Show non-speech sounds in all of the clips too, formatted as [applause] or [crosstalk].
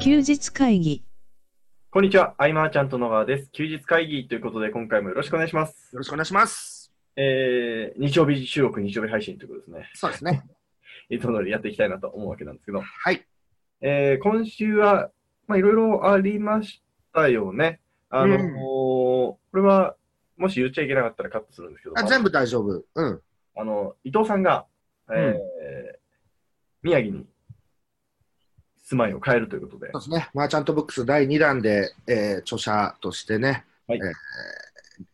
休日会議。こんにちは、アイマーちゃんと野川です。休日会議ということで、今回もよろしくお願いします。よろしくお願いします。えー、日曜日収録、日曜日配信ということですね。そうですね。いつも通りやっていきたいなと思うわけなんですけど、はい。えー、今週は、まあ、いろいろありましたよね。あのーうんこれは、もし言っちゃいけなかったらカットするんですけど、あ全部大丈夫。うん。あの、伊藤さんが、えーうん宮城に住まいを変えるということでそう、ですね。マーチャントブックス第2弾で、えー著者としてね、はいえー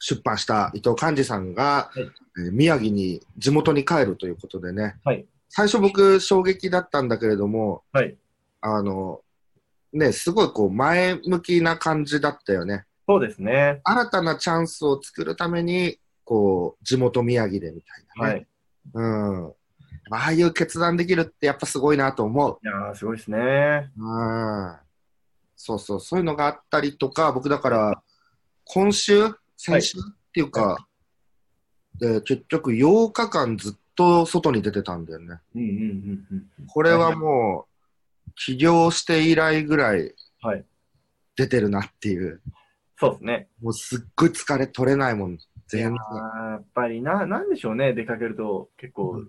出版した伊藤寛二さんが、はいえー宮城に地元に帰るということでね、はい最初僕衝撃だったんだけれども、はいあの、ね、すごいこう前向きな感じだったよね。そうですね。新たなチャンスを作るために、こう、地元宮城でみたいなね。はい。いうん。ああいう決断できるってやっぱすごいなと思う。やー、すごいですね。うん。そうそう、そういうのがあったりとか、僕だから、今週、先週、っていうか、で、結局8日間ずっと外に出てたんだよね。うんうんうんうん。これはもう、起業して以来ぐらいはい、出てるなっていう。そうですね。もうすっごい疲れ取れないもん、全然。あーやっぱりな、なんでしょうね、出かけると結構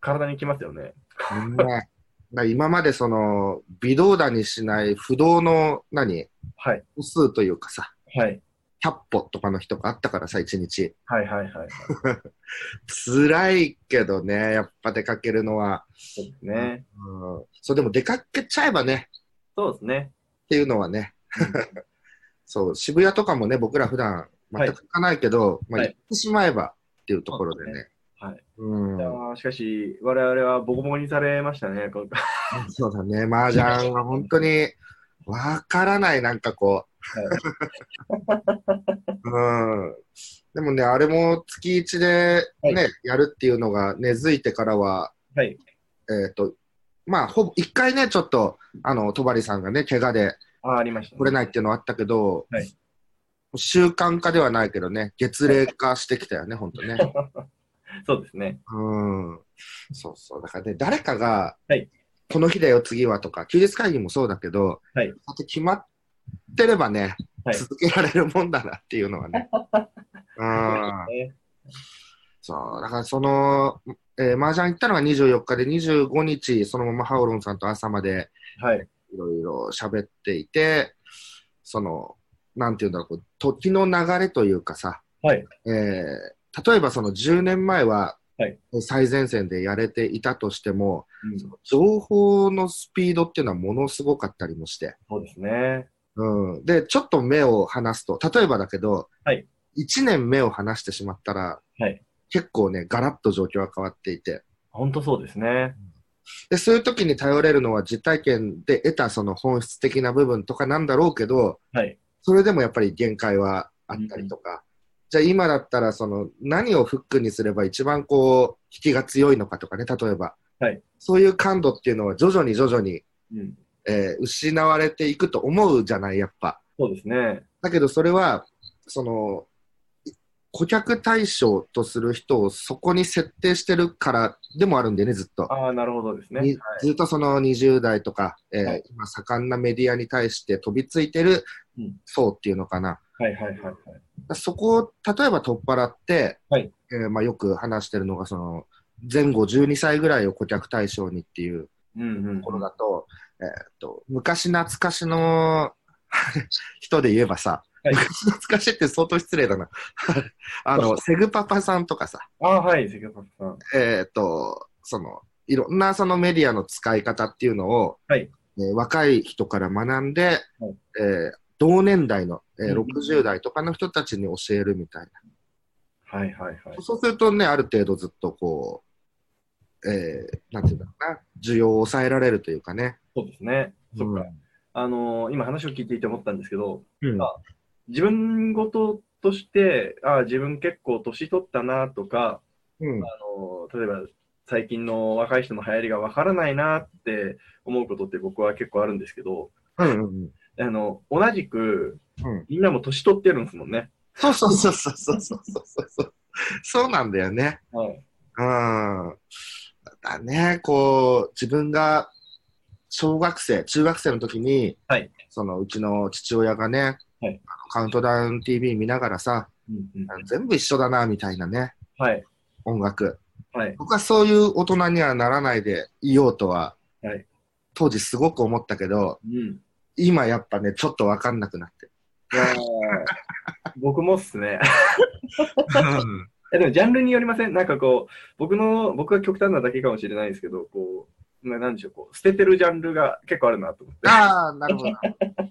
体にきますよね。うんねだから今までその微動だにしない不動の何はい。歩数というかさ、はい。 100歩とかの人があったからさ、1日。はいはいはいはい。辛いけどね、やっぱ出かけるのは。そうですね。うん、そう、でも出かけちゃえばね、そうですね。っていうのはね、 [laughs] そう、渋谷とかもね、僕ら普段全く行かないけど、まあ、はい行ってしまえばっていうところでね。はい。うんいや、ーしかし、我々はボコボコにされましたね。こうそうだね、麻雀は本当にわからない、なんかこう。うん。でもね、あれも月1でね、はやるっていうのが根付いてからは、 [laughs] はい。えっ、と、まあ、ほぼ、一回ね、ちょっと、あの、戸張さんがね、怪我であー、ありました、。来れないいっていうのはあったけど、はい習慣化ではないけどね、月例化してきたよね、本当ね。そうですね。うん。そうそう。だからね、誰かが、はいこの日だよ、次はとか、休日会議もそうだけど、はいあと決まってればね、はい続けられるもんだなっていうのは [laughs] ね。うん。ねそう、だからその、えー、麻雀行ったのが24日で、25日、そのままハオロンさんと朝まではい。いろいろ喋っていて、その、なんていうんだろうこう、時の流れというかさ、はい。えー例えばその10年前は、はい最前線でやれていたとしても、うん情報のスピードっていうのはものすごかったりもして、そうですね。うん、で、ちょっと目を離すと、例えばだけど、はい1年目を離してしまったら、はい結構ね、ガラッと状況が変わっていて、本当そうですね。でそういう時に頼れるのは実体験で得たその本質的な部分とかなんだろうけど、はい。それでもやっぱり限界はあったりとか、じゃあ今だったらその何をフックにすれば一番こう引きが強いのかとかね、例えば、はいそういう感度っていうのは徐々に徐々に、うん。えー失われていくと思うじゃない、やっぱ。そうですね。だけどそれは、その、顧客対象とする人をそこに設定してるからでもあるんでね、ずっと。ああ、なるほどですね。にずっとその20代とか、えーはい今盛んなメディアに対して飛びついてるうん層っていうのかな、はいはいはいはい。そこを例えば取っ払って、はいえーまあ、よく話してるのがその前後12歳ぐらいを顧客対象にっていううんうん。ところだと,、えーっと昔懐かしの [laughs] 人で言えばさ、はい昔懐かしって相当失礼だな [laughs] [laughs] あのセグパパさんとかさ、ああ、はい、関パさん。えーっとそのいろんなそのメディアの使い方っていうのを、はいえー若い人から学んで、はいえー同年代の、えーうん60代とかの人たちに教えるみたいな。はいはいはい。そうするとね、ある程度ずっとこう、えー、なんていうんだろうな、需要を抑えられるというかね。そうですね。そっか。あのー今話を聞いていて思ったんですけど、うんあ自分ごととして、あー自分結構年取ったなとか、うんあのー例えば最近の若い人の流行りがわからないなって思うことって僕は結構あるんですけど、うんうんあの、同じく、うんみんなも年取ってるんですもんね。そうそうそうそうそうそうそうそう。そうなんだよね。はい。うん。だね、こう、自分が小学生、中学生の時に、はいそのうちの父親がね、はいあのカウントダウン TV 見ながらさ、うんうんあの全部一緒だな、みたいなね、はい。音楽。はい。僕はそういう大人にはならないでいようとは、はい当時すごく思ったけど、うん。今やっぱね、ちょっとわかんなくなってる。いやー僕もっすね。えでもジャンルによりませんなんかこう、僕の、僕が極端なだけかもしれないですけど、こう、ななんでしょう、こう、捨ててるジャンルが結構あるなと思って。ああ、なるほどな。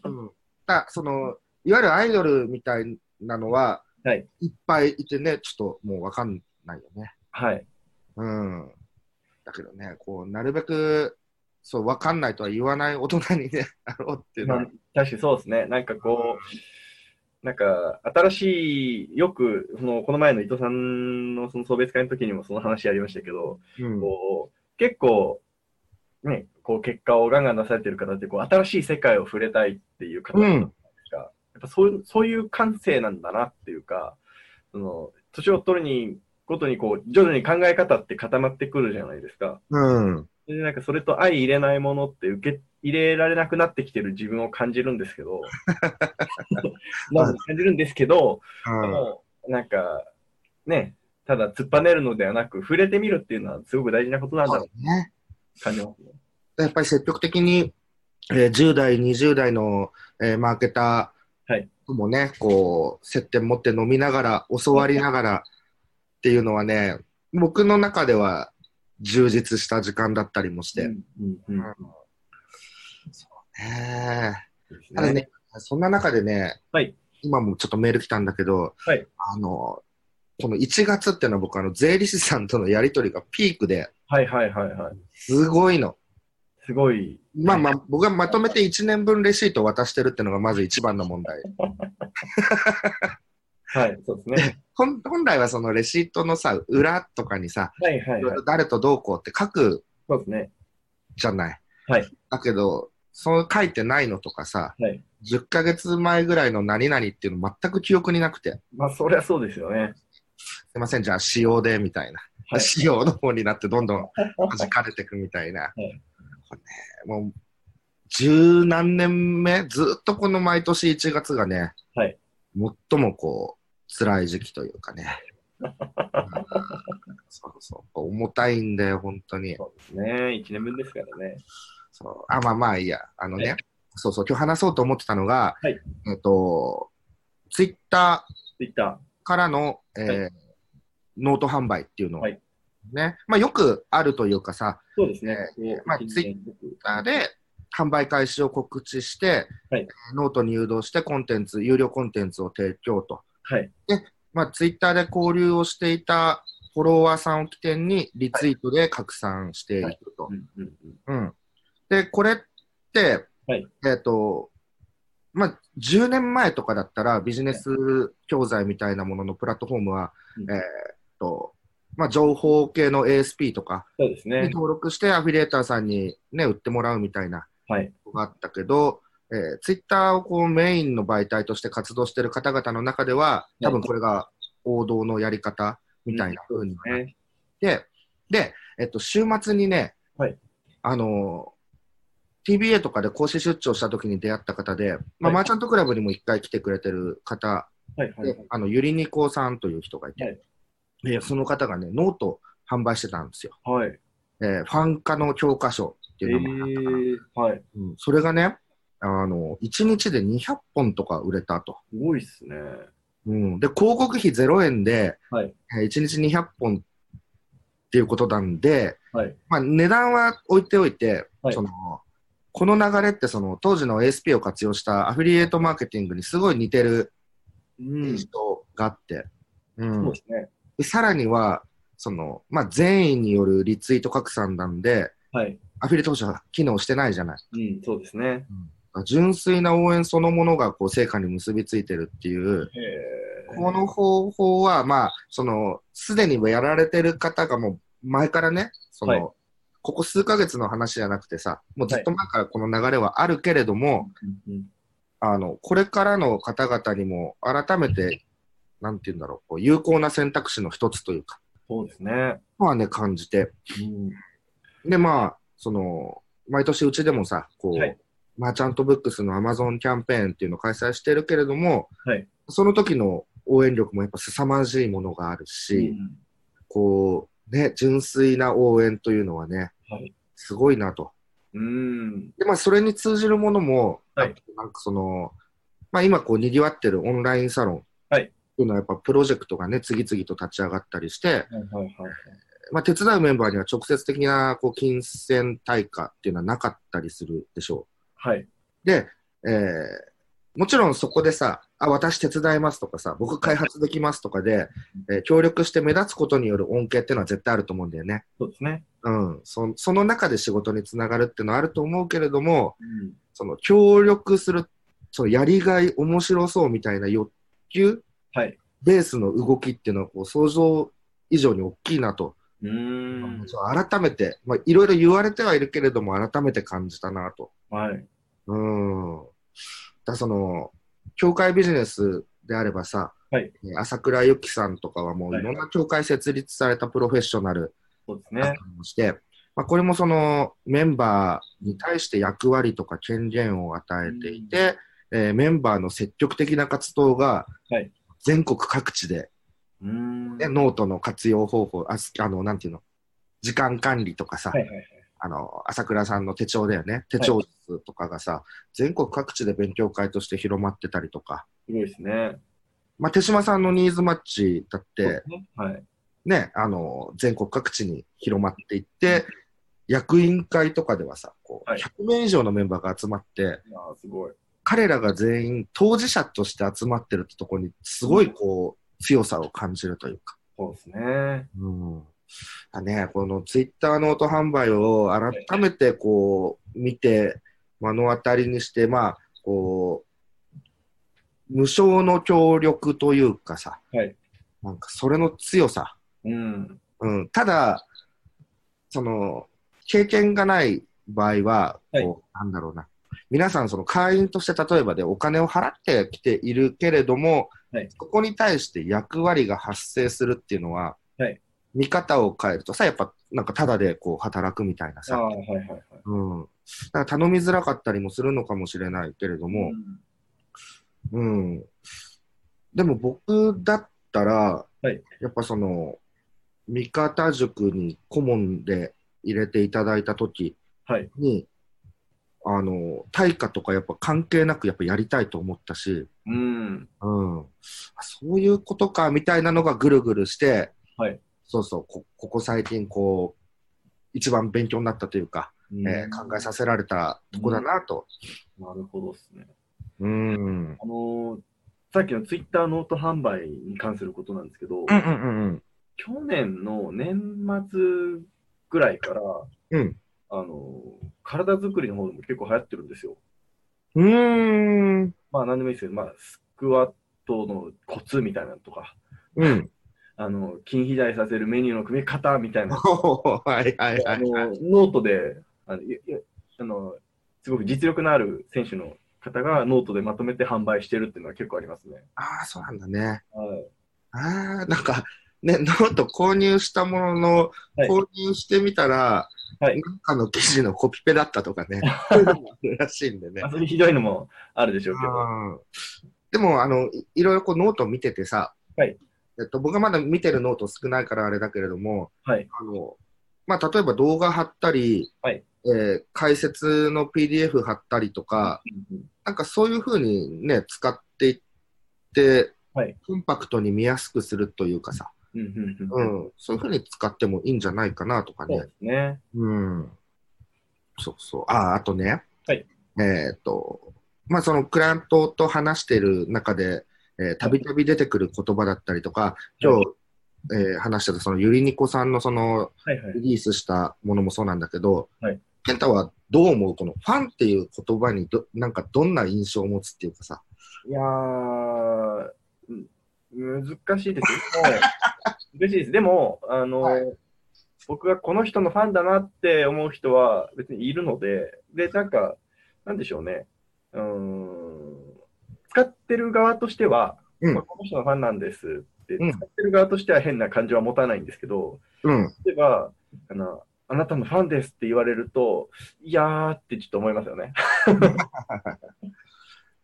うん、だそのいわゆるアイドルみたいなのは、はい、っぱいいてね、ちょっともうわかんないよね。はい。うん。だけどね、こう、なるべく、そう、わかんないとは言わない大人にね、なろうっていうのまはあ、確かにそうですね。なんかこう、なんか、新しい、よく、その、この前の伊藤さんのその送別会の時にもその話ありましたけど、うんこう、結構、ね、こう、結果をガンガン出されてる方って、こう、新しい世界を触れたいっていう方うがん。やっぱそういうそういう感性なんだなっていうか、その年を取るにごとにこう徐々に考え方って固まってくるじゃないですか。うん。でなんかそれと相入れないものって受け入れられなくなってきてる自分を感じるんですけ [laughs] ど、まあ感じるんですけど、もうなんかね、ただ突っぱねるのではなく、触れてみるっていうのはすごく大事なことなんだそろうね。う感じますね。やっぱり積極的に、えー10代、20代の、えーマーケタはいーもね、こう、接点持って飲みながら、教わりながらっていうのはね、僕の中では充実した時間だったりもしうて。んうんうんねえたはだいね、そんな中でね、はい今もちょっとメール来たんだけど、はいあの、この1月っていうのは僕、あの、税理士さんとのやりとりがピークで、はいはいはい。すごいの。すごい。まあまあ、僕がまとめて1年分レシートを渡してるっていうのがまず一番の問題。はい、そうですね。本本来はそのレシートのさ、裏とかにさ、はいはいい [laughs] はろいいろ。誰とどうこうって書くそうですね。じゃない。はいだけど、その書いてないのとかさ、はい10ヶ月前ぐらいの何々っていうの全く記憶になくて、まあ、そりゃそうですよね。すいません、じゃあ仕様でみたいな。はい仕様の方になってどんどん弾かれていくみたいな。いこれね、もう、十何年目、ずっとこの毎年1月がね、はい最もこう、辛い時期というかね。 [laughs] うんそうそう、重たいんだよ、本当に。そうですね。一年分ですからね。そうあ、まあまあいいや、あのね、はそうそう、今日話そうと思ってたのが、はいえっと、ツイッターツイッタからの、えーはノート販売っていうのを、はいね、まあよくあるというかさ、ー。そうですね。まあこうツイツイッターで販売開始を告知して、はいえーノートに誘導してコンテンツ、有料コンテンツを提供と。はい。まあ、ツイッターで交流をしていたフォロワーさんを起点にリツイートで拡散していくと。うんうんうん。うん。で、これって、はいえっ、と、まあ、10年前とかだったらビジネス教材みたいなもののプラットフォームは、うんえっ、と、まあ、情報系の ASP とかそうですにね。登録してアフィリエーターさんにね、売ってもらうみたいなはい。ことがあったけど、えー、ツイッターをこうメインの媒体として活動してる方々の中では、多分これが王道のやり方みたいな風にはなっねで、で、えっと、週末にね、はいあのー、TBA とかで講師出張した時に出会った方で、まはあいマーチャントクラブにも一回来てくれてる方はいはで、いはい。あの、ゆりにこさんという人がいて、はいでその方がね、ノート販売してたんですよ。はい。えーファン化の教科書ってえいう名前だったかな、ー、はい。うんそれがね、あの、1日で200本とか売れたと。すごいっすね。うん、で、広告費0円で、はいえー1日200本っていうことなんで、はい。まあ、値段は置いておいて、はいそのこの流れってその当時の ASP を活用したアフィリエイトマーケティングにすごい似てるうん。そ人があって、うんうですね。でさらにはその、まあ、善意によるリツイート拡散なんではい。アフィリエイト社は機能してないじゃない。うん、そうですね。純粋な応援そのものがこう成果に結びついてるっていう、えーこの方法は、まあ、その、すでにやられてる方がもう前からね、その、はいここ数ヶ月の話じゃなくてさ、もうずっと前からこの流れはあるけれども、うんうんあの、これからの方々にも改めて、なんて言うんだろう、こう有効な選択肢の一つというか、そうですね。まあね、感じて。うんで、まあ、その、毎年うちでもさ、こう、はいマーチャントブックスのアマゾンキャンペーンっていうのを開催してるけれども、はいその時の応援力もやっぱ凄まじいものがあるし、うんこう、ね、純粋な応援というのはね、はいすごいなと。うん。で、まあ、それに通じるものも、はいなんかその、まあ、今こう、賑わってるオンラインサロン。はいっていうのはやっぱプロジェクトがね、次々と立ち上がったりして、はいはいはい。まあ、手伝うメンバーには直接的なこう金銭対価っていうのはなかったりするでしょはい。う。で、えーもちろんそこでさ、あ、私手伝いますとかさ、僕開発できますとかで、えー協力して目立つことによる恩恵っていうのは絶対あると思うんだよね。そうですね。うん。そその中で仕事につながるっていうのはあると思うけれども、うん。その協力する、そのやりがい、面白そうみたいな欲求、はい。ベースの動きっていうのはこう想像以上に大きいなと、うーん。そう改めて、まあ、いろいろ言われてはいるけれども、改めて感じたなと。はい。うん。だその、教会ビジネスであればさ、はい朝倉由紀さんとかはもういろんな教会設立されたプロフェッショナルそうですだっねた。りもして、まあ、これもそのメンバーに対して役割とか権限を与えていて、えーメンバーの積極的な活動がはい全国各地で、うーん。ねノートの活用方法あすあのなんていうの時間管理とかさ、はいはいはい。あの朝倉さんの手帳だよね手帳術とかがさ、全国各地で勉強会として広まってたりとか、すごいですね。まあ、手島さんのニーズマッチだっそうてですねはい。ね、あの、全国各地に広まっていって、役員会とかではさ、こう、はい100名以上のメンバーが集まって、いやーすごい。彼らが全員当事者として集まってるってとこに、すごいこう、強さを感じるというか。そうですね。うん。だね、このツイッターの音販売を改めてこう、見て、目の当たりにして、まあ、こう、無償の協力というかさ、はいなんかそれの強さ、うん。うん、ただ、その、経験がない場合は、はいこうなんだろうな。皆さん、その会員として例えばでお金を払ってきているけれども、はいここに対して役割が発生するっていうのは、はい見方を変えるとさ、やっぱなんかただでこう働くみたいあなあー、さ、はいはいはい。うん、だから頼みづらかったりもするのかもしれないけれども、んうん。でも僕だったら、はいやっぱその、味方塾に顧問で入れていただいた時はい。に、あの、対価とかやっぱ関係なくやっぱやりたいと思ったし、うん。うん。あそういうことか、みたいなのがぐるぐるして、はいそうそう、こここ最近こう、一番勉強になったというか、えー考えさせられたとこだなと。なるほどですね。うん。うんあのーさっきのツイッターノート販売に関することなんですけど、うんうんうん。去年の年末ぐらいから、うん。あのー体作りの方でも結構流行ってるんですよ。うーん。まあ、なんでもいいですけど、まあ、スクワットのコツみたいなのとか、うん。あのー筋肥大させるメニューの組み方みたいな、 [laughs] はいはいはあいのーはい。ノートで、あのいいあのーすごく実力のある選手の方がノートでまとめて販売してるっていうのは結構ありますね。ああ、そうなんだね。はいああ、なんか、ね、ノート購入したものの、はい購入してみたら、はいなんかの記事のコピペだったとか [laughs] ね、そういうのもあるらしいんでね。まあ、それひどいのもあるでしょうけど。うんでも、あの、いいろいろこうノート見ててさ、はいえっと、僕がまだ見てるノート少ないからあれだけれども、はいあの、まあ、例えば動画貼ったり、はいえー解説の PDF 貼ったりとか、なんかそういうふうにね、使っていって、はいコンパクトに見やすくするというかさ、うんうんうんううんん、そういうふうに使ってもいいんじゃないかなとかそうねで。すね。うん。そうそう。ああ、あとね、はいえっと、まあそのクライアントと話してる中で、えーたびたび出てくる言葉だったりとか、今日、えー話してたそのゆりにこさんのそのはいはいリ。リースしたものもそうなんだけど、はい健太はどう思うこのファンっていう言葉にどなんかどんな印象を持つっていうかさ、いやー、うん難しい [laughs] ですよ。はい難しいです。でも、あの、は僕がこの人のファンだなって思う人は別にいるので、で、なんか、なんでしょうね。うーん、使ってる側としては、うんまあこの人のファンなんですって、うん使ってる側としては変な感じは持たないんですけど、うん、例えば、あの、あなたのファンですって言われると、いやーってちょっと思いますよね。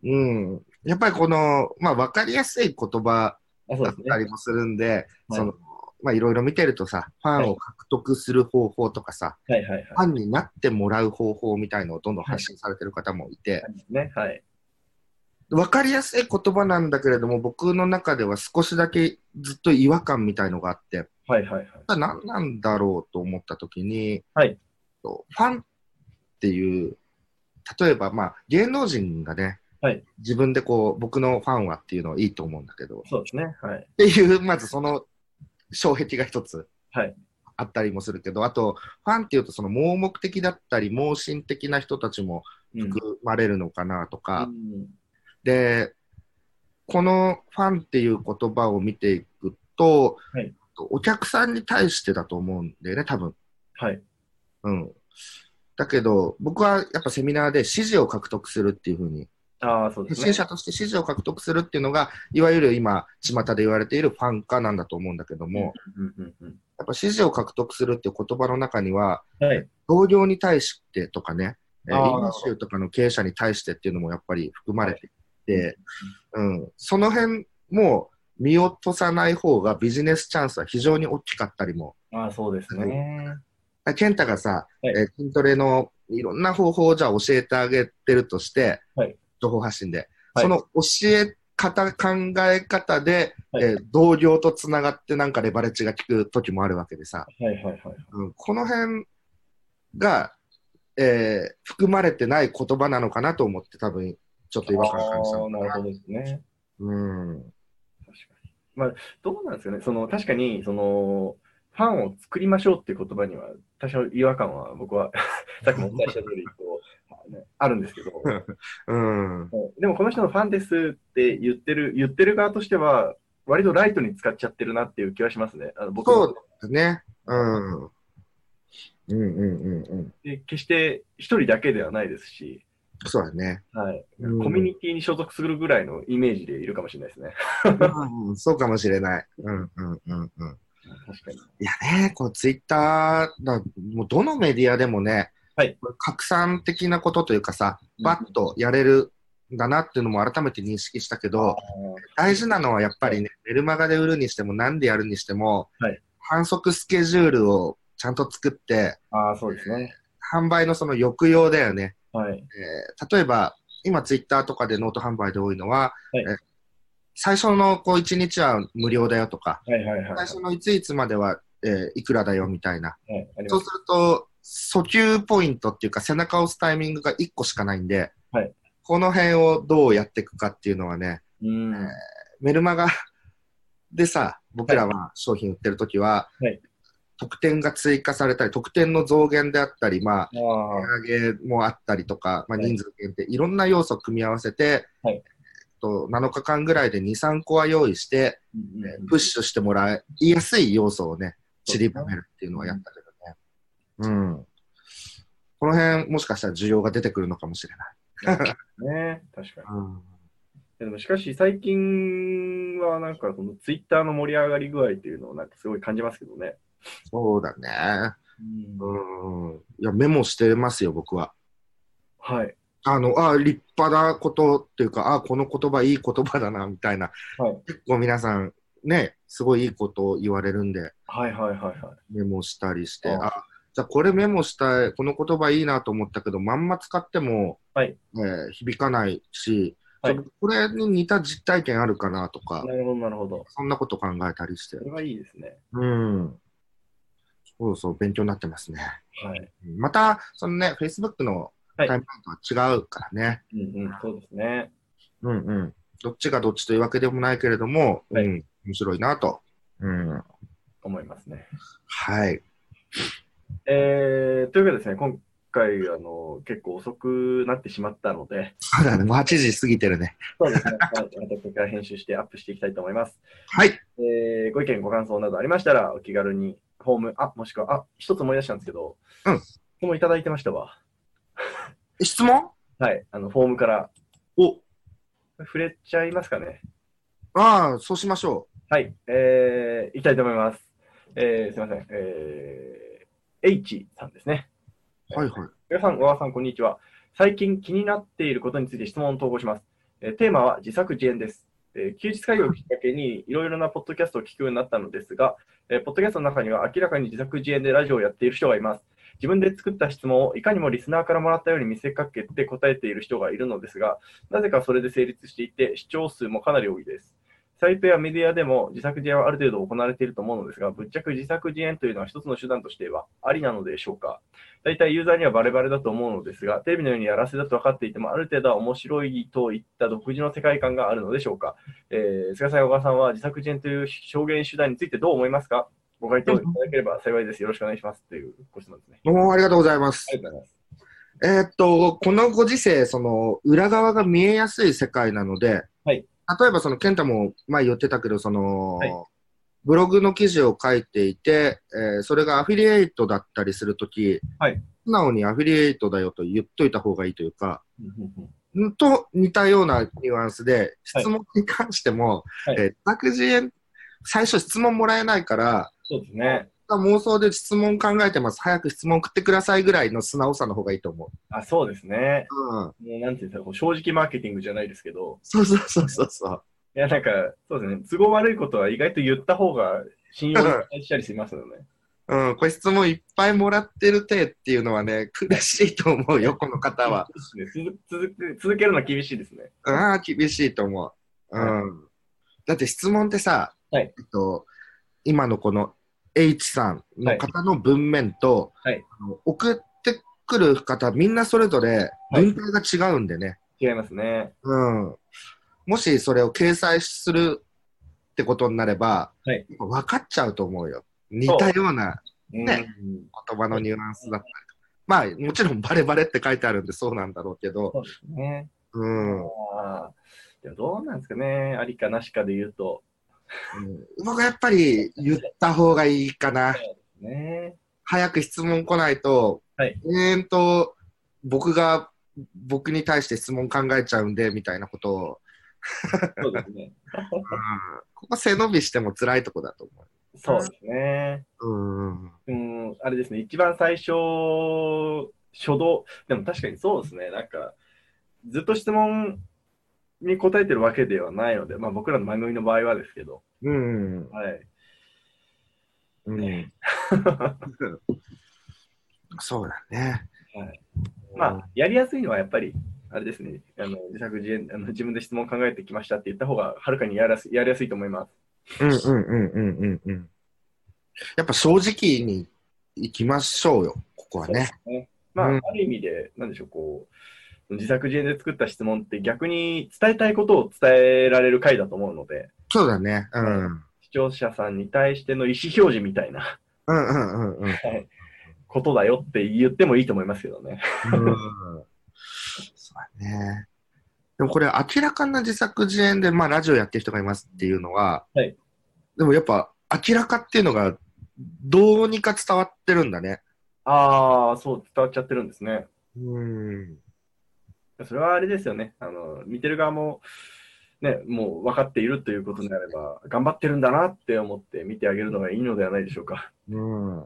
うん。やっぱりこの、まあ、わかりやすい言葉あそうだっです [laughs] たね。りもするんで、はいその、まあ、いろいろ見てるとさ、ファンを獲得する方法とかさ、はいはいはい。ファンになってもらう方法みたいのをどんどん発信されてる方もいて、ね、はい。わかりやすい言葉なんだけれども、僕の中では少しだけずっと違和感みたいのがあって、はいはいはい。これは何なんだろうと思った時に、はいとファンっていう、例えばまあ芸能人がね、はい自分でこう僕のファンはっていうのはいいと思うんだけど、そうですね。はい。っていう、まずその障壁が一つはいあったりもするけど、あとファンっていうとその盲目的だったり、盲信的な人たちもうん含まれるのかなとか、うんで、このファンっていう言葉を見ていくと、はいお客さんに対してだと思うんだよね、多分。はい。うん。だけど、僕はやっぱセミナーで支持を獲得するっていうふうに、ああ、そうで発すね信。者として支持を獲得するっていうのが、いわゆる今、巷で言われているファン化なんだと思うんだけども、やうんうんうんっぱ支持を獲得するっていう言葉の中には、うんはい。同僚に対してとかね、えーあー飲酒とかの経営者に対してっていうのもやっぱり含まれていて、うん、その辺も見落とさない方がビジネスチャンスは非常に大きかったりもああ、そうですね。健太がさ、はいえー筋トレのいろんな方法をじゃあ教えてあげてるとして、はい情報発信で、はいその教え方、考え方で、はいえー同僚とつながってなんかレバレッジが効く時もあるわけでさ、はいはいはい。うん、この辺が、えー含まれてない言葉なのかなと思って多分ちょっと違和感感じたあのあかなるほどですね。うん。うん確かに。まあ、どうなんですかね。その、確かに、その、ファンを作りましょうっていう言葉には、多少違和感は、僕は、 [laughs] さっきもお伝えした通り、こう、ねあるんですけど、うん。もうでもこの人のファンですって言ってる、言ってる側としては、割とライトに使っちゃってるなっていう気はしますね。あの僕もそうだね。うん。うんうんうんうん。で決して一人だけではないですし、そうだね。はい、うんコミュニティに所属するぐらいのイメージでいるかもしれないですね。うんそうかもしれない。うんうんうんうん。確かに。いやね、こうツイッターだ、もうどのメディアでもね、はいこれ拡散的なことというかさ、バッとやれるんだなっていうのも改めて認識したけど、大事なのはやっぱりね、メルマガで売るにしても、何でやるにしても、はい反則スケジュールをちゃんと作って、ああ、そうですね。販売のその抑揚だよね。はい。えー例えば、今ツイッターとかでノート販売で多いのは、はいえー最初のこう1日は無料だよとか、はいはいはいはい。最初のいついつまでは、えーいくらだよみたいな。はい、ありそまうすすると、訴求ポイントっていうか背中を押すタイミングが1個しかないんで、はいこの辺をどうやっていくかっていうのはね、うん。メルマガでさ、僕らは商品売ってるときは、はい特典が追加されたり、特典の増減であったり、まあ、ああ、値上げもあったりとか、まあ、はい人数限定、いろんな要素を組み合わせて、はいえっと7日間ぐらいで2、3個は用意して、うんうんプッシュしてもらいやすい要素をね、散りばめるっていうのはやったけどね。うん。この辺、もしかしたら需要が出てくるのかもしれない。ね。確かに。うん。でもしかし最近はなんかそのツイッターの盛り上がり具合っていうのをなんかすごい感じますけどね。そうだね。うんうん。いや、メモしてますよ、僕は。はい。あの、あ立派なことっていうか、あこの言葉いい言葉だな、みたいな。はい結構皆さん、ね、すごいいいことを言われるんで、はいはいはいはメモしたりして、ああじゃあこれメモしたい、この言葉いいなと思ったけど、まんま使っても、はいえー響かないし、はいじゃあこれに似た実体験あるかなとかい。、なるほどなるほど。そんなこと考えたりしてそ、れはいいですね。うん。そうそう、勉強になってますね。はい。また、そのね、Facebook のタはイいムラインとは違うからね、うんうん、そうですね。うんうん。どっちがどっちというわけでもないけれども、はいうん、面白いなと。うん。思いますね。はい。えー、というわけでですね、今回、あの、結構遅くなってしまったので、そうだね。もう8時過ぎてるね。そうですね、はいまたこれから編集してアップしていきたいと思います。はい。えーご意見、ご感想などありましたら、お気軽に、ホーム、あ、もしくは、あ、一つ思い出したんですけど、うん質問いただいてましたわ。質問はい、あの、フォームから。お触れちゃいますかね。ああ、そうしましょはい、えー、いきたいと思います。えー、すいません。えー H さんですね。はいはい。皆さん、小川さん、こんにちは。最近気になっていることについて質問を投稿します。えーテーマは自作自演です。えー休日会議をきっかけにいろいろなポッドキャストを聞くようになったのですが、えーポッドキャストの中には明らかに自作自演でラジオをやっている人がいます。自分で作った質問をいかにもリスナーからもらったように見せかけて答えている人がいるのですが、なぜかそれで成立していて、視聴数もかなり多いです。サイトやメディアでも自作自演はある程度行われていると思うのですが、ぶっちゃけ自作自演というのは一つの手段としてはありなのでしょうか大体ユーザーにはバレバレだと思うのですが、テレビのようにやらせだと分かっていても、ある程度は面白いといった独自の世界観があるのでしょうか、えー、菅さん、小川さんは自作自演という表現手段についてどう思いますかご回答いただければ幸いです。よろしくお願いします。というご質問ですね。どうもありがとうございます。ありがとうございます。えーっと、このご時世、その、裏側が見えやすい世界なので、はい例えばその、健太も前言ってたけど、その、はいブログの記事を書いていて、えーそれがアフィリエイトだったりするとき、はい素直にアフィリエイトだよと言っといた方がいいというか、んと似たようなニュアンスで、質問に関しても、はいえー自作自演、最初質問もらえないから、そうですね。妄想で質問考えてます。早く質問送ってくださいぐらいの素直さの方がいいと思う。あ、そうですね。うん。もうなんていうんですか、こう正直マーケティングじゃないですけど、そうそうそうそうそう。いや、なんか、そうですね、都合悪いことは意外と言った方が信用したりしますよ [laughs] ね。うん、これ質問いっぱいもらってる体っていうのはね、苦しいと思うよ、この方は。そうですね続続続けるのは厳しいですね。ああ、厳しいと思う。うん。だって質問ってさ、はいえっと、今のこの H さんの方の文面と、はいあの送ってくる方、みんなそれぞれ文体が違うんでね。違いますね。うん。もしそれを掲載するってことになれば、はい分かっちゃうと思うよ。似たようなねうん言葉のニュアンスだったりとか。まあ、もちろんバレバレって書いてあるんでそうなんだろうけど、そうですね。うん。うんあーでもどうなんですかね、ありかなしかで言うと。僕はやっぱり言った方がいいかな。ね、早く質問来ないと、はい永遠と僕が、僕に対して質問考えちゃうんで、みたいなことを、そうですね。うんここ背伸びしても辛いとこだと思 [laughs] そうですね。う。うん。うん、あれですね、一番最初、初動、でも確かにそうですね、なんか、ずっと質問に答えてるわけではないので、まあ僕らの番組の場合はですけど、うん。はい。うん、 [laughs] そうだね。はいまあ、やりやすいのはやっぱり、あれですね、あの自作自演あの、自分で質問考えてきましたって言った方が、はるかにやらすやりやすいと思います。うんうんうんうんうんうん。やっぱ正直に行きましょうよ、ここはね。まあ、うんある意味で、なんでしょう、こう、自作自演で作った質問って逆に伝えたいことを伝えられる回だと思うので、そうだね。うん。うん視聴者さんに対しての意思表示みたいなうんうんうん。ことだよって言ってもいいと思いますけどね。うんそうだね。でもこれ明らかな自作自演で、まあラジオやってる人がいますっていうのは、はいでもやっぱ明らかっていうのがどうにか伝わってるんだね。ああ、そう、伝わっちゃってるんですね。うん。それはあれですよね。あの、見てる側も、ね、もう分かっているということであれば、頑張ってるんだなって思って見てあげるのがいいのではないでしょうか。うん。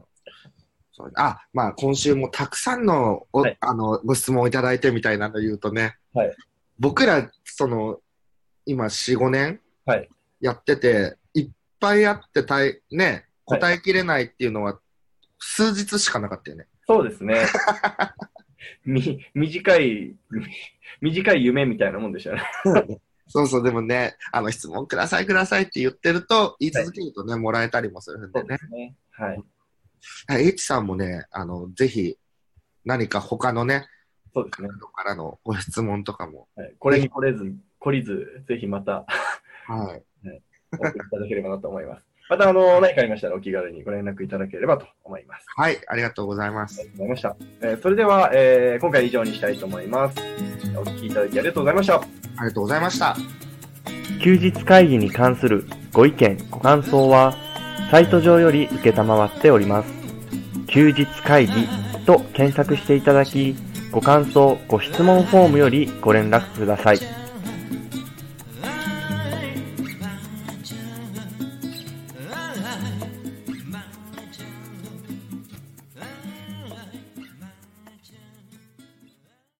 そうあ、まあ今週もたくさんのお、はいあのご質問をいただいてみたいなの言うとね、はい僕ら、その、今4、5年はいやってて、い、っぱいあってたい、ね、はい答えきれないっていうのは、数日しかなかったよね。そうですね。 [laughs] み、 [laughs] 短い、み短い夢みたいなもんでしたね。そうそう、でもね、あの質問くださいくださいって言ってると、言い続けるとね、もらえたりもするんでね。すね。はい。はい H さんもね、あの、ぜひ、何か他のね、そうですね。人からのご質問とかも、はい、これにこれず、懲りず、ぜひまた [laughs] はい。お送りいただければなと思います。また、あの、何かありましたらお気軽にご連絡いただければと思います。はい、ありがとうございますあ。りがとうございました。えーそれでは、えー今回以上にしたいと思います。お聞きいただきありがとうございました。ありがとうございました。休日会議に関するご意見、ご感想は、サイト上より受けたまわっております。休日会議と検索していただき、ご感想、ご質問フォームよりご連絡ください。